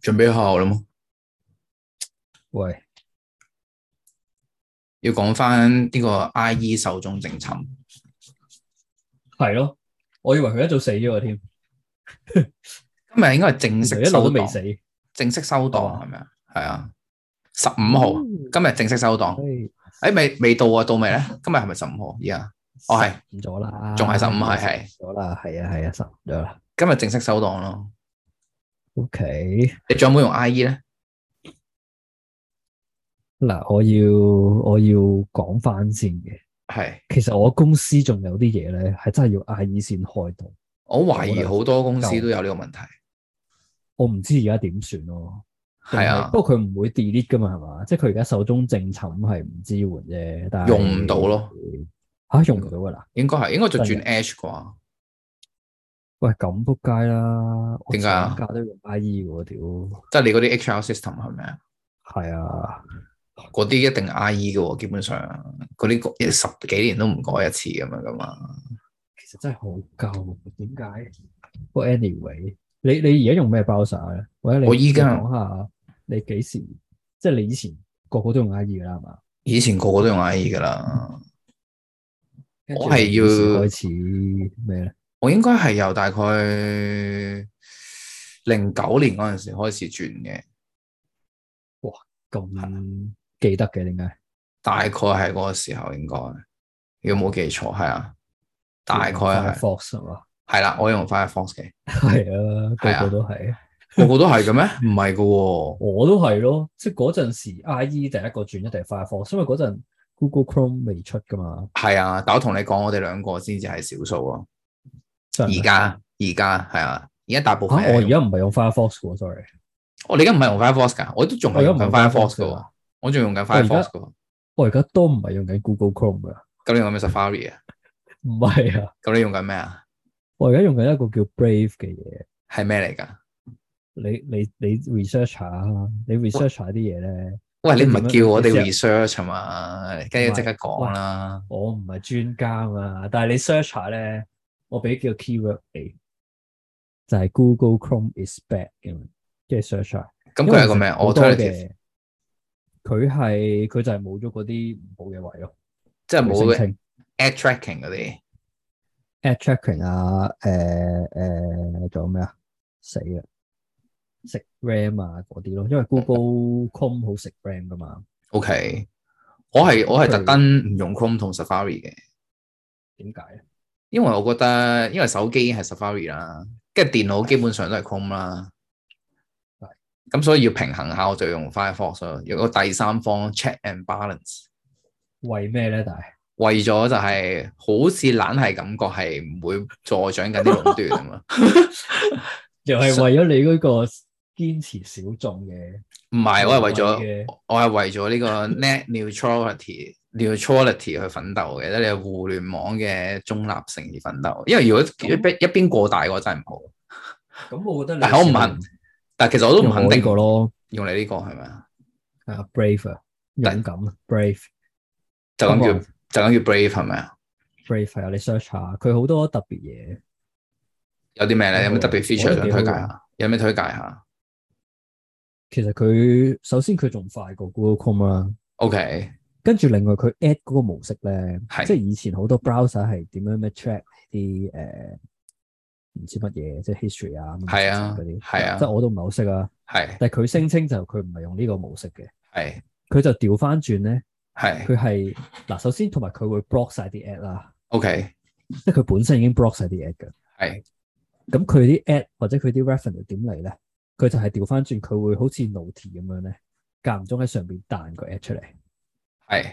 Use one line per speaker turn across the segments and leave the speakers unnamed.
準備好了嗎？
喂，
要講翻呢個 E I.E. 壽終正寢，
係咯，我以為佢一早死咗添，
今日應該係正式
佢一路
收
都未
檔，
死。
正式收檔
哦
係咪啊？係啊，十五號
嗯
今日正式收檔。
唉
誒未未到啊？到未咧？今日係咪十五號？而家哦係，
唔咗啦，
仲係15係係
15咗啦，係啊係啊，十五咗啦。
今日正式收檔咯。
OK，
你仲有冇用 E I.E. 咧？
嗱，我要我要講翻先嘅。
係，
其實我公司仲有啲嘢咧，係真係要 IE 先開到，
我懷疑好多公司都有呢個問題。
我唔知而家點算咯。定
係啊，
不過佢唔會 delete 噶嘛，係嘛？即係佢而家手中正尋係唔支援啫，但係
用唔到咯。
嚇、用唔到噶啦。
應該係應該就轉 Edge 啩。
喂，咁仆街啦！我
點解啊
請假都用 IE 喎，屌！
即係你嗰啲 HR system 係咪啊？
係啊，
嗰啲一定 I.E. 嘅喎，基本上嗰啲十幾年都唔改一次咁樣噶嘛。
其實真係好鳩，點解？不過 anyway，你你而家用咩 browser 咧？或者你
我依家
你講下你幾時？即係你以前個個都用 IE 噶啦，係嘛？
以前個個都用 I.E. 噶啦，
跟住
我係要
你幾時開始咩咧？
我應該係由大概零九年嗰陣時開始轉嘅，
咁記得嘅點解？
大概係嗰個時候應該，如果冇記錯係啊，大概係
Fox 啊嘛，
係啦，我用 Firefox 嘅，
係啊，個個都係。
個個都係嘅咩？ 唔係嘅喎，
我都係咯，即係嗰陣時 IE 第一個轉一定係 Firefox，因為嗰陣 Google Chrome 未出噶嘛。
係啊，但我同你講，我哋兩個先至係少數啊。
真係
而家而家係啊，而家大部分
啊，我而
人
家唔係用 Firefox 喎，sorry。
我哋而家唔係用 Firefox 㗎，我都仲係用緊
我而家唔係
Firefox
Firefox
嘅
㗎
喎，我仲用緊
而家
Firefox 嘅喎。
我而家都唔係用緊 Google Chrome 噶，
咁你用緊咩 Safari 啊？
唔係啊，
咁你用緊咩啊？
我而家用緊一個叫 Brave 嘅嘢。
係咩嚟㗎？
你你你 research 下啊，你 research 下啲嘢咧，
喂，你唔
你
係
點樣
叫我哋
你
research 啊嘛？梗係即刻講啦。
我唔係專家啊嘛，但係你 search 下咧，我俾叫 keyword 你，就係、Google Chrome is bad 咁樣，跟住 search 下。
咁
因為
佢係個咩
其實好多嘅
alternative，
佢係佢就係冇咗嗰啲唔好嘅位咯，
即係冇
佢聲
嘅
稱
ad tracking 嗰啲。
ad tracking 啊，誒誒仲有咩啊？死啦！食 RAM 啊嗰啲咯，因為 Google Chrome 好食 RAM 噶嘛，
OK，我係我係
佢
特登唔用 Chrome 同 Safari 嘅，
點解咧？
因為我覺得因為手機已經係 Safari 啦，跟住電腦基本上都係 Chrome 啦
係。
咁所以要平衡下，我就用 Firefox 咯，有個第三方 check and balance。
為咩咧？但係
為咗就係好似懶係感覺係唔會助長緊啲壟斷啊嘛，
又係為咗你嗰個堅持小眾嘅，
唔係我係為咗。
嘅
我係為咗呢個 net neutrality neutrality 去奮鬥嘅，即係互聯網嘅中立性而奮鬥。因為如果
哦
一邊一邊過大嘅話真係唔好。
咁我覺得你
但係我唔肯，但係其實我都唔肯定
呢個咯，
用你呢個係咪啊？
啊 brave 啊，
但
勇敢啊 brave。
就咁
Come on
叫就咁叫 brave 係咪啊？
Brave 係啊，你 search 下，佢好多特別嘢。
有啲咩咧？有咩特別 feature
我覺
想
得幾
推
好
介下？有咩推介下
其實佢首先佢仲快過 Google Chrome 啦，
？OK，
跟住另外佢 add 嗰個模式咧，
係
即係以前好多 browser 係點樣咩 track 啲誒唔知乜嘢，即係 history 啊，乜乜
係啊
嗰啲，
係啊
即係我都唔係好識啊。
係
但係佢聲稱就佢唔係用呢個模式嘅，
係
佢就調翻轉咧，
係
佢係嗱首先同埋佢會 block 晒啲 ad 啦，
OK
即係佢本身已經 block 晒啲 ad 嘅。
係
咁佢啲 ad 或者佢啲 reference 點嚟咧？佢就係調翻轉，佢會好似 note 咁樣咧，間唔中喺上邊彈個 ad 出嚟，
係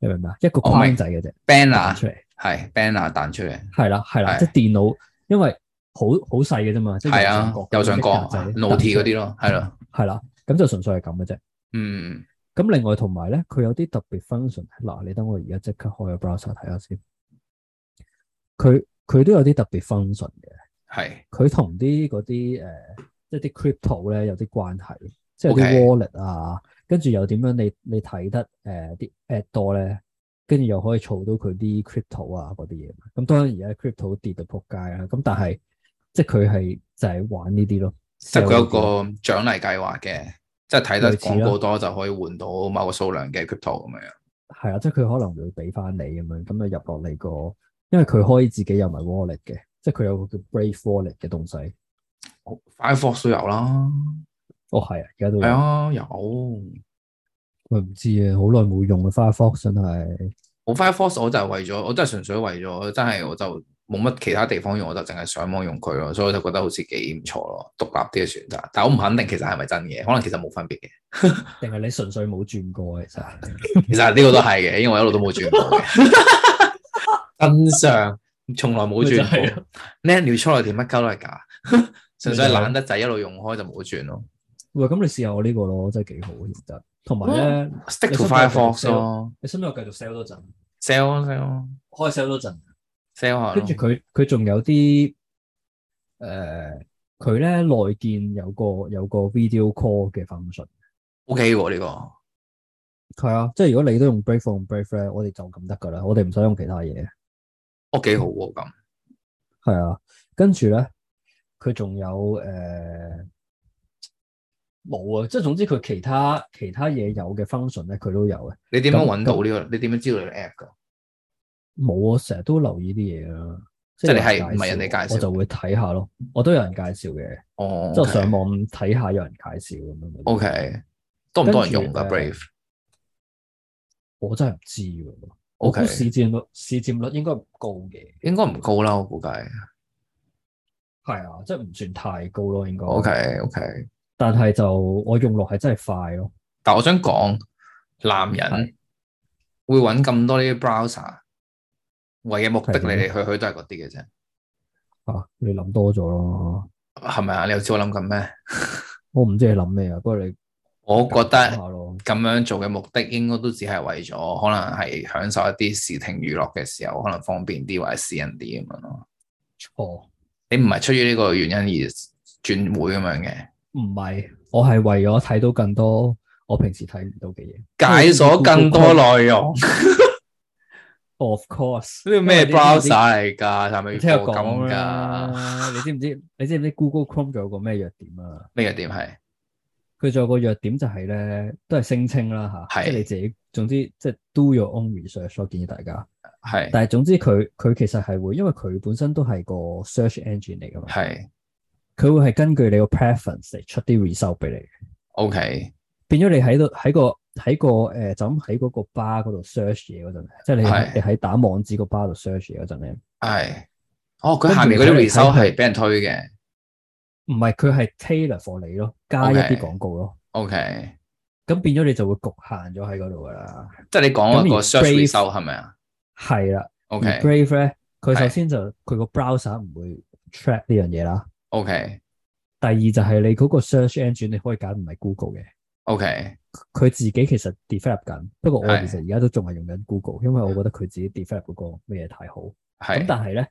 你明唔明啊？一個
我哦明
框仔嘅啫，彈
banner
出嚟，
係 banner 彈出嚟，
係啦係啦，
係
即係電腦，因為好好細嘅啫嘛，即係
係
右
啊
上角，
右上角
仔
note 嗰，啲咯，係咯，
係啦，咁就純粹係咁嘅啫。
嗯，
咁另外同埋咧，佢有啲特別 function，嗱，你等我而家即刻開個 browser 睇下先。佢佢都有啲特別 function 嘅，
係
佢同啲嗰啲誒，即係啲 crypto 咧有啲關係，即係
OK
啲 wallet 啊，跟住又點樣你你睇得誒啲 ad 多咧，跟住又可以儲到佢啲 crypto 啊嗰啲嘢。咁當然而家 crypto 跌到仆街啦，咁但係即係佢係就係玩呢啲咯，
即係佢有個獎勵計劃嘅，即係睇得
類似啦啊
廣告多就可以換到某個數量嘅 crypto 咁樣。
係啊，即係佢可能會俾翻你咁樣，咁啊入落嚟個，因為佢可以自己有埋 wallet 嘅，即係佢有個叫 Brave Wallet 嘅東西。
Firefox 都有啦，
哦，係啊，而家都有
係。啊，有。
我唔知啊，好耐冇用啊，Firefox 真係。
我 Firefox 我就係為咗，我真係純粹為咗，真係我就冇乜其他地方用，我就淨係上網用佢咯，所以我就覺得好似幾唔錯咯，獨立啲嘅選擇。但我唔肯定其實係咪真嘅，可能其實冇分別嘅。
定係你純粹冇轉過啊其實。
其實呢個都係嘅，因為我一路都冇轉過嘅。 真相從來冇轉
咪就係
過。net neutrality 乜鳩都係假， 純粹係懶得滯，一路用開就冇轉咯。
喂，咁你試下我呢個咯，真係幾好用得。同埋咧，
Stick to
你想買
Firefox 咯
你使唔使我繼續 sell 多陣？
，sell 咯 sell 咯
可以 sell 多陣。
sell 下
跟住
咯。
佢佢仲有啲誒，佢咧內建有個有個 video call 嘅 function。
OK 喎呢個。
係啊，即係如果你都用 Brave 用 Brave 咧，我哋就咁得㗎啦，我哋唔使用其他嘢。
哦，幾好喎咁，
係啊，跟住咧，佢仲有誒冇啊，即係總之佢其他其他嘢有嘅 function 咧，佢都有嘅。
你點樣
咁
揾到呢個？你點樣知道你個 app 噶？
冇啊，成日都留意啲嘢啦。
即係你係
有
唔係人哋介紹
我就會睇下咯。我都有人介紹嘅，
哦，
即係我上網睇下有人介紹咁樣嗰啲。
O K，多唔多人用噶
跟住誒
Brave？
我真係唔知喎。我
OK
估市佔率市佔率應該唔高嘅，
應該唔高啦，我估計。
係啊，即係唔算太高咯，應該。
O K O K，
但係就我用落係真係快咯。
但我想講，男人會揾咁多呢啲 browser，唯嘅目的
係
嚟
點
嚟
咧
去去都係嗰啲嘅啫，
啊，你諗多咗咯。
係咪啊？你又知我諗緊咩？
我唔知你諗咩啊，不過你
我覺
諗
得
下咯。
咁樣做嘅目的應該都只係為咗可能係享受一啲視聽娛樂嘅時候，可能方便啲或者私人啲咁樣咯。
錯，
你唔係出於呢個原因而轉會咁樣嘅。
唔係，我係為咗睇到更多我平時睇唔到嘅嘢。
解鎖更多內容。呢
Of course，
個咩
因為呢啲
browser 嚟㗎？係咪
你
要
聽我
播
講
咁㗎？
啦，你知唔知？你知唔知 Google Chrome 仲有個咩弱點啊？
呢個點係
佢仲有個弱點就係咧，都係聲稱啦吓，
係
即係你自己。總之即係 do your own research，我建議大家。
係
但係總之佢佢其實係會，因為佢本身都係個 search engine 嚟㗎嘛，
係
佢會係根據你個 preference 嚟出啲 result 俾你。
OK
變咗你喺度喺個喺個誒、呃就咁喺嗰個 bar 嗰度 search 嘢嗰陣，即係你喺
係
你喺打網址個 bar 度 search 嘢嗰陣咧，
係。哦，佢
跟住
下面嗰啲
你睇
result
佢
係俾人推嘅。
唔係佢係 tailor for 你咯，加一
OK
啲廣告咯，
OK，
咁變咗你就會局限咗喺嗰度噶啦。
即係你講嗰
咁
個
而
search
Brave-
result 係咪啊
係啦而
？OK
Brave 咧，佢
係
首先就佢個 browser 唔會 track 呢樣嘢啦。
OK
第二就係你嗰個 search engine 你可以揀唔係 Google 嘅，
OK
佢自己其實 develop 緊。不過我
係
其實而家都仲係用緊 Google，因為我覺得佢自己 develop 嗰個咩嘢太好。咁
係
但係咧，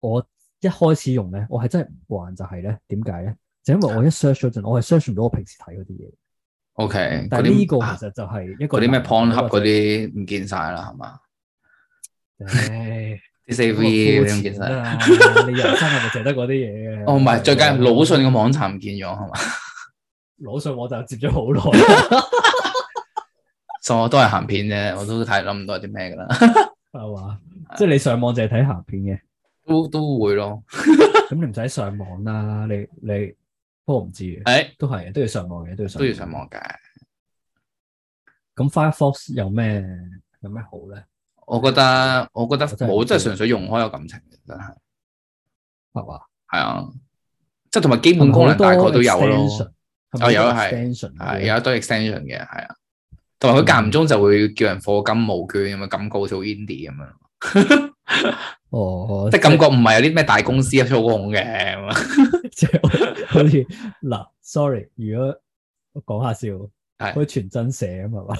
我一開始用咧，我係真係唔慣，就係咧點解咧？就因為我一 search 嗰陣，我係 search 唔到我平時睇嗰啲嘢。
OK。
但
嗰
係呢
啲
個
啊
其實就係一個
嗰啲咩
難
porn
度
hub 嗰，啲唔見晒啦，係嘛
或者唉
？D
嗰
C
個
V
膚
你都唔見
淺
晒。
啊！你人生係咪淨得嗰啲嘢嘅？啊
哦，唔係，最近魯迅嘅網站唔見咗係嘛？
魯迅我就接咗好耐，
所以我都係鹹片啫，我都睇諗唔到有啲咩㗎啦。
係嘛？
啊
即係你上網淨係睇鹹片嘅，
都都會咯。
咁你唔使上網啦。你你不過唔知嘅，
誒、
都係嘅都要上網嘅，都要
哎
上
都要上。網嘅。
咁 Firefox 有咩有咩好咧？
我覺得我覺得
我真係
冇，
唔知
真係純粹用開有感情嘅，真係
係嘛？
係啊。即係同埋基本功能大概都有咯，哦
係咪
有
好多
係
extension 嗰啲啊
係
咧
有一堆 extension 嘅，係啊。同埋
嗯
佢間唔中就會叫人課金募捐咁啊，感覺好似好 indie 咁 樣，
哦，
即係感覺唔係有啲咩大公司操控嘅咁啊。
即係好似嗱，sorry，如果我講下笑，
係
好似全真社 咁係嘛？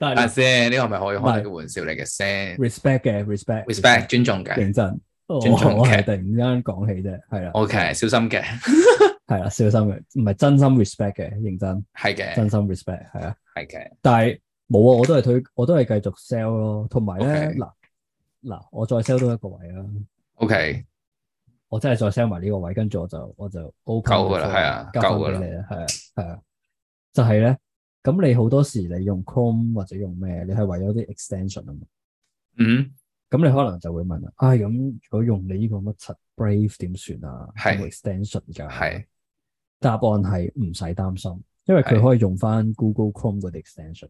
但
睇下
係
先，呢個係咪可以開
唔
個玩笑嚟嘅先
respect 嘅，respect
？respect 尊重嘅
認真，我
尊重嘅
我係突然間講起啫，係啦
，OK，小心嘅，
係啦，小心嘅，唔係真心 respect 嘅，認真
係嘅，
真心 respect 係啊，
係嘅，
但係冇啊，我都係推，我都係繼續 sell 咯，同埋咧
OK
啊嗱嗱，我再 sell 多一個位啦。
OK，
我真係再 send 埋呢個位，跟住我就我就 open
夠㗎啦係啊
交翻
夠㗎啦
俾你啦，係啊係啊，就係咧，咁你好多時你用 Chrome 或者用咩，你係為咗啲 extension 啊嘛，
嗯，
咁你可能就會問啦，啊咁如果用你呢個乜柒 Brave 點算啊？
係
有冇 extension 㗎？
係
答案係唔使擔心，因為佢
係
可以用翻 Google Chrome 嗰啲 extension。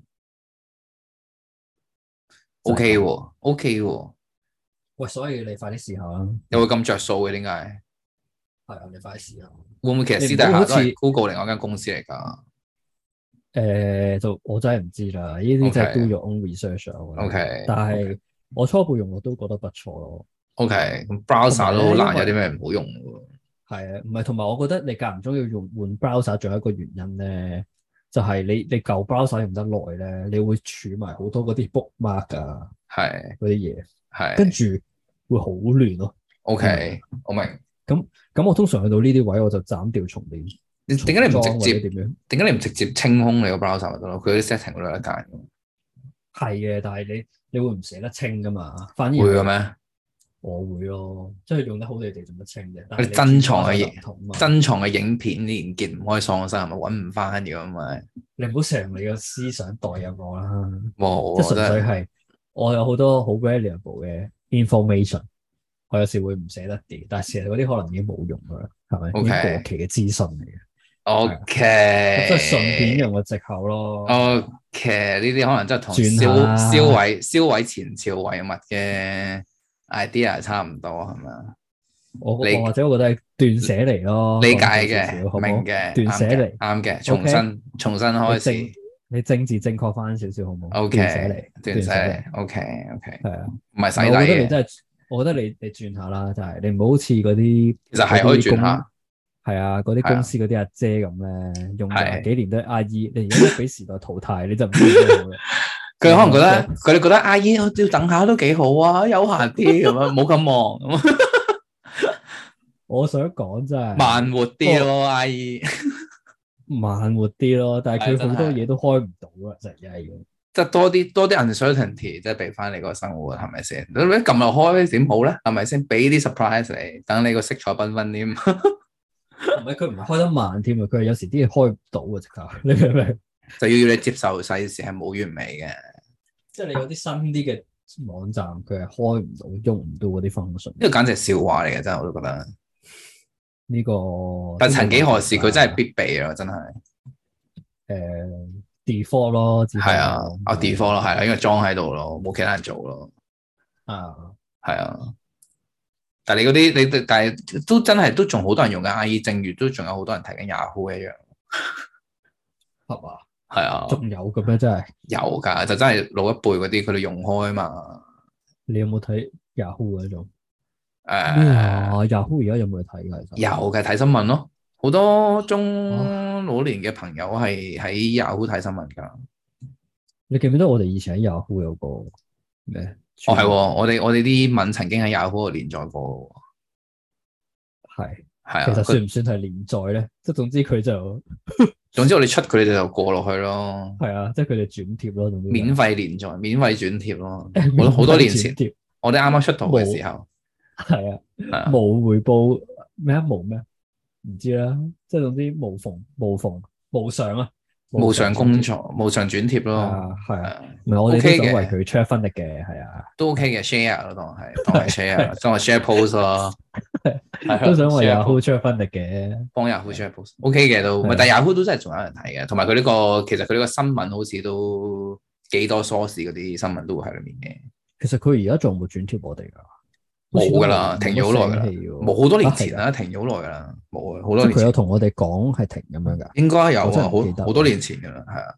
OK 喎，OK 喎，
喂，所以你快啲試下啦，
又會咁着數嘅點解？
係啊，你快啲試下。
會唔會其實私底下
你唔好好
都
似
係 Google 另外一間公司嚟㗎
誒、呃就我真係唔知啦，呢啲真係
OK
do your own research 啊。我覺得
？OK，
但係我初步用我都覺得不錯咯。
OK，咁 browser 都好
同
難
埋呢
有啲
因為
咩唔好用喎。
係啊，唔係同埋我覺得你間唔中要用換 browser，仲有一個原因咧，就係、你你舊 browser 用得耐咧，你會儲埋好多嗰啲 bookmark 啊
係
嗰啲嘢，
係
跟住嗯會好亂咯。
OK，我 Oh 明。
咁我通常去到呢啲位我就斬掉重練，
你點解你唔
重
直
裝或
接
者？點樣？
點解你唔直接清空你個 browser 咪得咯？佢啲 setting 都有得揀㗎，
係嘅，但係你你會唔捨得清噶嘛？反
會
而
嘅咩？
我會咯，即係用得好地地做乜清啫。但
你珍藏嘅嘢
嘢唔同啊嘛，
珍藏嘅影片連結唔可以喪失，係咪揾唔翻嘅咪？
你唔好成你嘅思想代入我啦，即
冇
係
喎，
純粹
真係
係我有好多好 valuable 嘅 information，我有時會唔捨得啲，但係其實嗰啲可能已經冇用噶啦，係咪
OK
已經過期嘅資訊嚟嘅，
OK。
啊即係順便用個藉口咯。
哦 OK，呢啲可能真係同
轉
燒
下
燒毀燒毀前朝遺物嘅 idea 差唔多係咪啊？
我
理
我或者我覺得係斷捨離咯，
理解嘅
可能哦少少，好唔好
明嘅，
斷捨離
啱嘅啱嘅，重新重新開
你
始
你政治正確翻少少好唔好
OK，
斷捨離，
斷捨離，OK OK，
係啊，
唔係洗
我覺得你
底嘅，
真係，我覺得你你轉下啦，就係你唔好好似嗰啲
其實係可以轉下，
係
係啊
啊，嗰啲公司嗰啲阿姐咁咧，用
係
廿幾年都係阿姨，你而家都俾時代淘汰，你就唔知點 好啦。
佢可能覺得佢哋覺得阿姨我要等下都幾好啊，休閒 啲咁樣，冇咁忙，咁啊
我想講真係
慢活啲咯，阿姨。
慢活啲咯，但係
係真
佢
係
好多嘢都開唔到啦，就係而家要
即係多啲多啲 uncertainty，即係俾翻你個生活係咪先？你一撳落開點好咧？係咪先？俾啲 surprise 你，等你個色彩繽紛啲。
唔係佢唔係開得慢添啊，佢係有時啲嘢開唔到啊，直頭 你明唔明？
就要你接受世事係冇完美嘅，
即係你有啲新啲嘅網站，佢係開唔到、用唔到嗰啲 function。
呢個簡直係笑話嚟嘅，真係我都覺得。
呢個
但曾幾何時佢哦真係必備咯，真係。
誒 default 咯，只不過
係啊，啊 default 咯，係啦，因為裝喺度咯，冇其他人做咯，
啊，
係啊。但係你嗰啲你但係都真係都仲好多人用緊 IE，正如都仲有好多人睇緊 Yahoo 一樣。
係嘛？
係啊，
仲有嘅咩？真係
有㗎，就真係老一輩嗰啲佢哋用開嘛。
你有冇睇 Yahoo 嗰種？
誒、
咩啊？Yahoo 而家有冇去睇㗎？其實
有嘅睇新聞咯，好多
哦
中老年嘅朋友係喺 Yahoo 睇新聞㗎。
你記唔記得我哋以前喺 Yahoo 有個咩？
哦，係喎，我哋我哋啲文曾經喺 Yahoo 度連載過喎，係
係
啊。
其實
佢
算唔算係連載咧？即係總之佢就
總之我哋出佢哋就過落去咯，
係啊，即係佢哋轉貼咯，總之
免費連載、免費轉貼咯。我好多年前
免費轉貼
我哋啱啱出道嘅時候，
係啊，
係啊
無回報咩啊？無咩？唔知啦，即係總之無縫無縫無償啊，
無償工
轉貼
作、無償轉貼咯，
啊，係
係
啊，
啊
唔係我哋
OK
都
嘅
想為佢 check 分力嘅，係啊。
都 OK 嘅 share 咯，當係當 係 share，當係 share post 咯，係啊
都想為
share post
Yahoo 出一分力嘅，
幫 Yahoo share post OK 嘅都，唔
係
係
啊
但係 Yahoo 都真係仲有人睇嘅，同埋佢呢個其實佢呢個新聞好似都幾多 source 嗰啲新聞都會喺裏面
其實佢而家仲有冇轉貼我哋㗎？
冇㗎啦停咗好耐㗎啦嘅，冇
冇
好多年前啦，停咗好耐㗎啦，冇啊，好多
啊即係
年
佢
前
有同我哋講係停咁樣㗎。
應該有啊，
我真係唔記
好
得
好多年前㗎啦，係啊，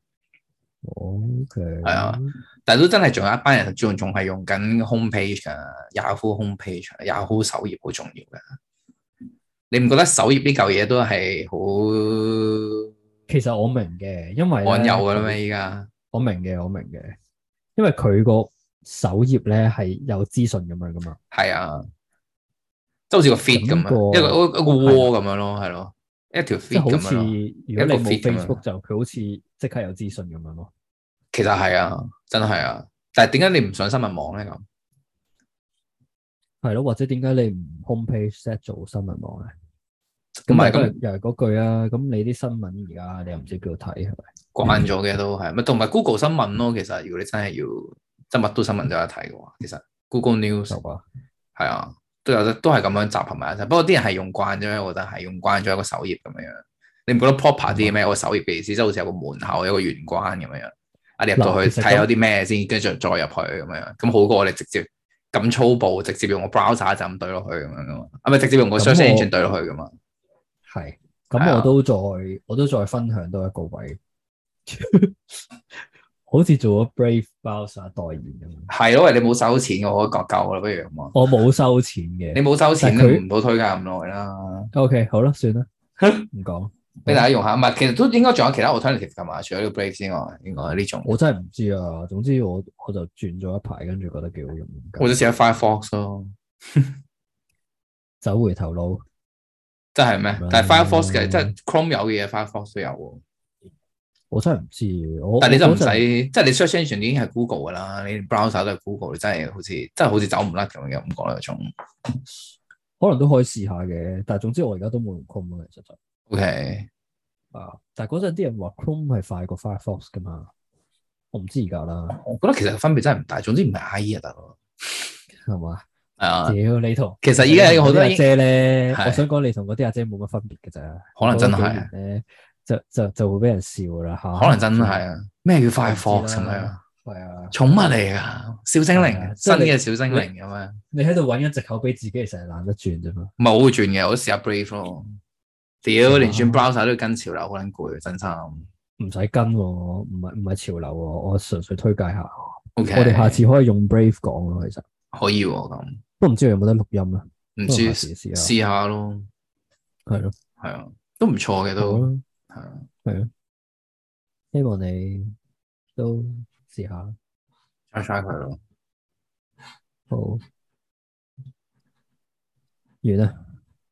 O K，係
啊，但係都真係仲有一班人仲仲係用緊 home page 㗎，Yahoo home page、Yahoo 首頁好重要㗎，你唔覺得首頁呢嚿嘢都係好
其實我明嘅，因為呢
罕有㗎
啊
啦咩？依家
我明嘅，我明嘅，因為佢個首頁咧係有資訊咁樣㗎嘛。
係啊，即係好似個 feed 咁
咁
樣，
個
一個一個窩咁樣咯，係咯，一條
即係
feed
好
咁
似
樣咯。
如
一
果你冇
個 feed 咁樣
Facebook 就佢好似即刻有資訊咁樣咯。
其實係啊，真係啊，但係點解你唔上新聞網咧咁？
係咯，或者點解你唔 homepage set 做新聞網咧？
咁咪
又
咁
係又係嗰句啊！咁你啲新聞而家你又唔知邊度睇係咪？
慣咗嘅都係，咪同埋 Google 新聞咯。其實如果你真係要即係乜都新聞都有得睇嘅話，其實 Google News
就話
係啊，都有得都係咁樣集合埋一齊。不過啲人係用慣咗，我覺得係用慣咗一個首頁咁樣樣。你唔覺得 proper
嗯
啲嘅咩？我首頁嘅意思即係好似有個門口有個玄關咁樣樣，啊你入到去
嗱其實
睇有啲咩先，跟住再入去咁樣樣，咁好過我哋直接咁粗暴，直接用個 browser 就咁對落去咁樣噶嘛，啊咪直接用個
咁
search
我
engine 對落去噶嘛。
係。
係
咁
啊
我都再我都再分享多一個位， 好似做咗 Brave Browser 代言咁樣。
係咯，喂你冇收錢嘅，我覺得夠啦，不如咁啊。
我冇收錢
你
嘅。
冇收錢
但佢
唔到推介咁耐啦。
O、k 好啦， 算啦，唔講。
俾大家用下，唔係其實都應該仲有其他 alternative 㗎嘛，除咗呢個 Brave 之外，應該呢種，
我真係唔知啊。總之我我就轉咗一排，跟住覺得幾好用。
或者試下 Firefox 咯，
走回頭路，
真係咩
嗯？
但係 Firefox 嘅即係 Chrome 有嘅嘢，Firefox 都有喎。
我真係唔知。我
但係你就唔
哦我
使，
嗰陣
即係你 search engine 已經係 Google 㗎啦，你 browser 都係 Google，你真係好似真係好似走唔甩咁嘅感覺嗰種。
可能都可以試下嘅，但係總之我而家都冇用 Chrome 咯，其實就
OK，
啊，但係嗰陣啲人話 Chrome 係快過 Firefox 噶嘛，我唔知而家啦，
我覺得其實分別真係唔大，總之唔係 IE 就得咯。
係嘛？
係啊，
屌你同
其實依家有好多
嗰啲阿姐咧，
係
我想講你同嗰啲阿姐冇乜分別嘅咋，
可能真
過咗
係
幾
啊，
年咧，就就就會俾人笑啦嚇，
可能真係啊。咩叫 Firefox 咁
係
樣？
啊，係啊，
寵物嚟㗎，小精
係
靈
啊，即
新
係你
嘅小精靈咁樣。
你喺度揾緊藉口俾自己，成日懶得轉啫嘛，
唔係我會轉嘅，我都試下 Brave 咯。屌，
啊
連轉 browser 都要跟潮流，好撚攰，啊真心。
唔使跟喎，唔係唔係潮流喎，我純粹推介下，
O
我
K，
哋下次可以用 Brave 講咯，其實
可以喎咁，
都唔知佢有冇得錄音啦，
唔
不過下
知
次試下，
試下咯，
係咯，
係啊，都唔錯嘅
好
都，
啦。
係啊，
希望你都試下。
猜猜佢咯。
好，完啦。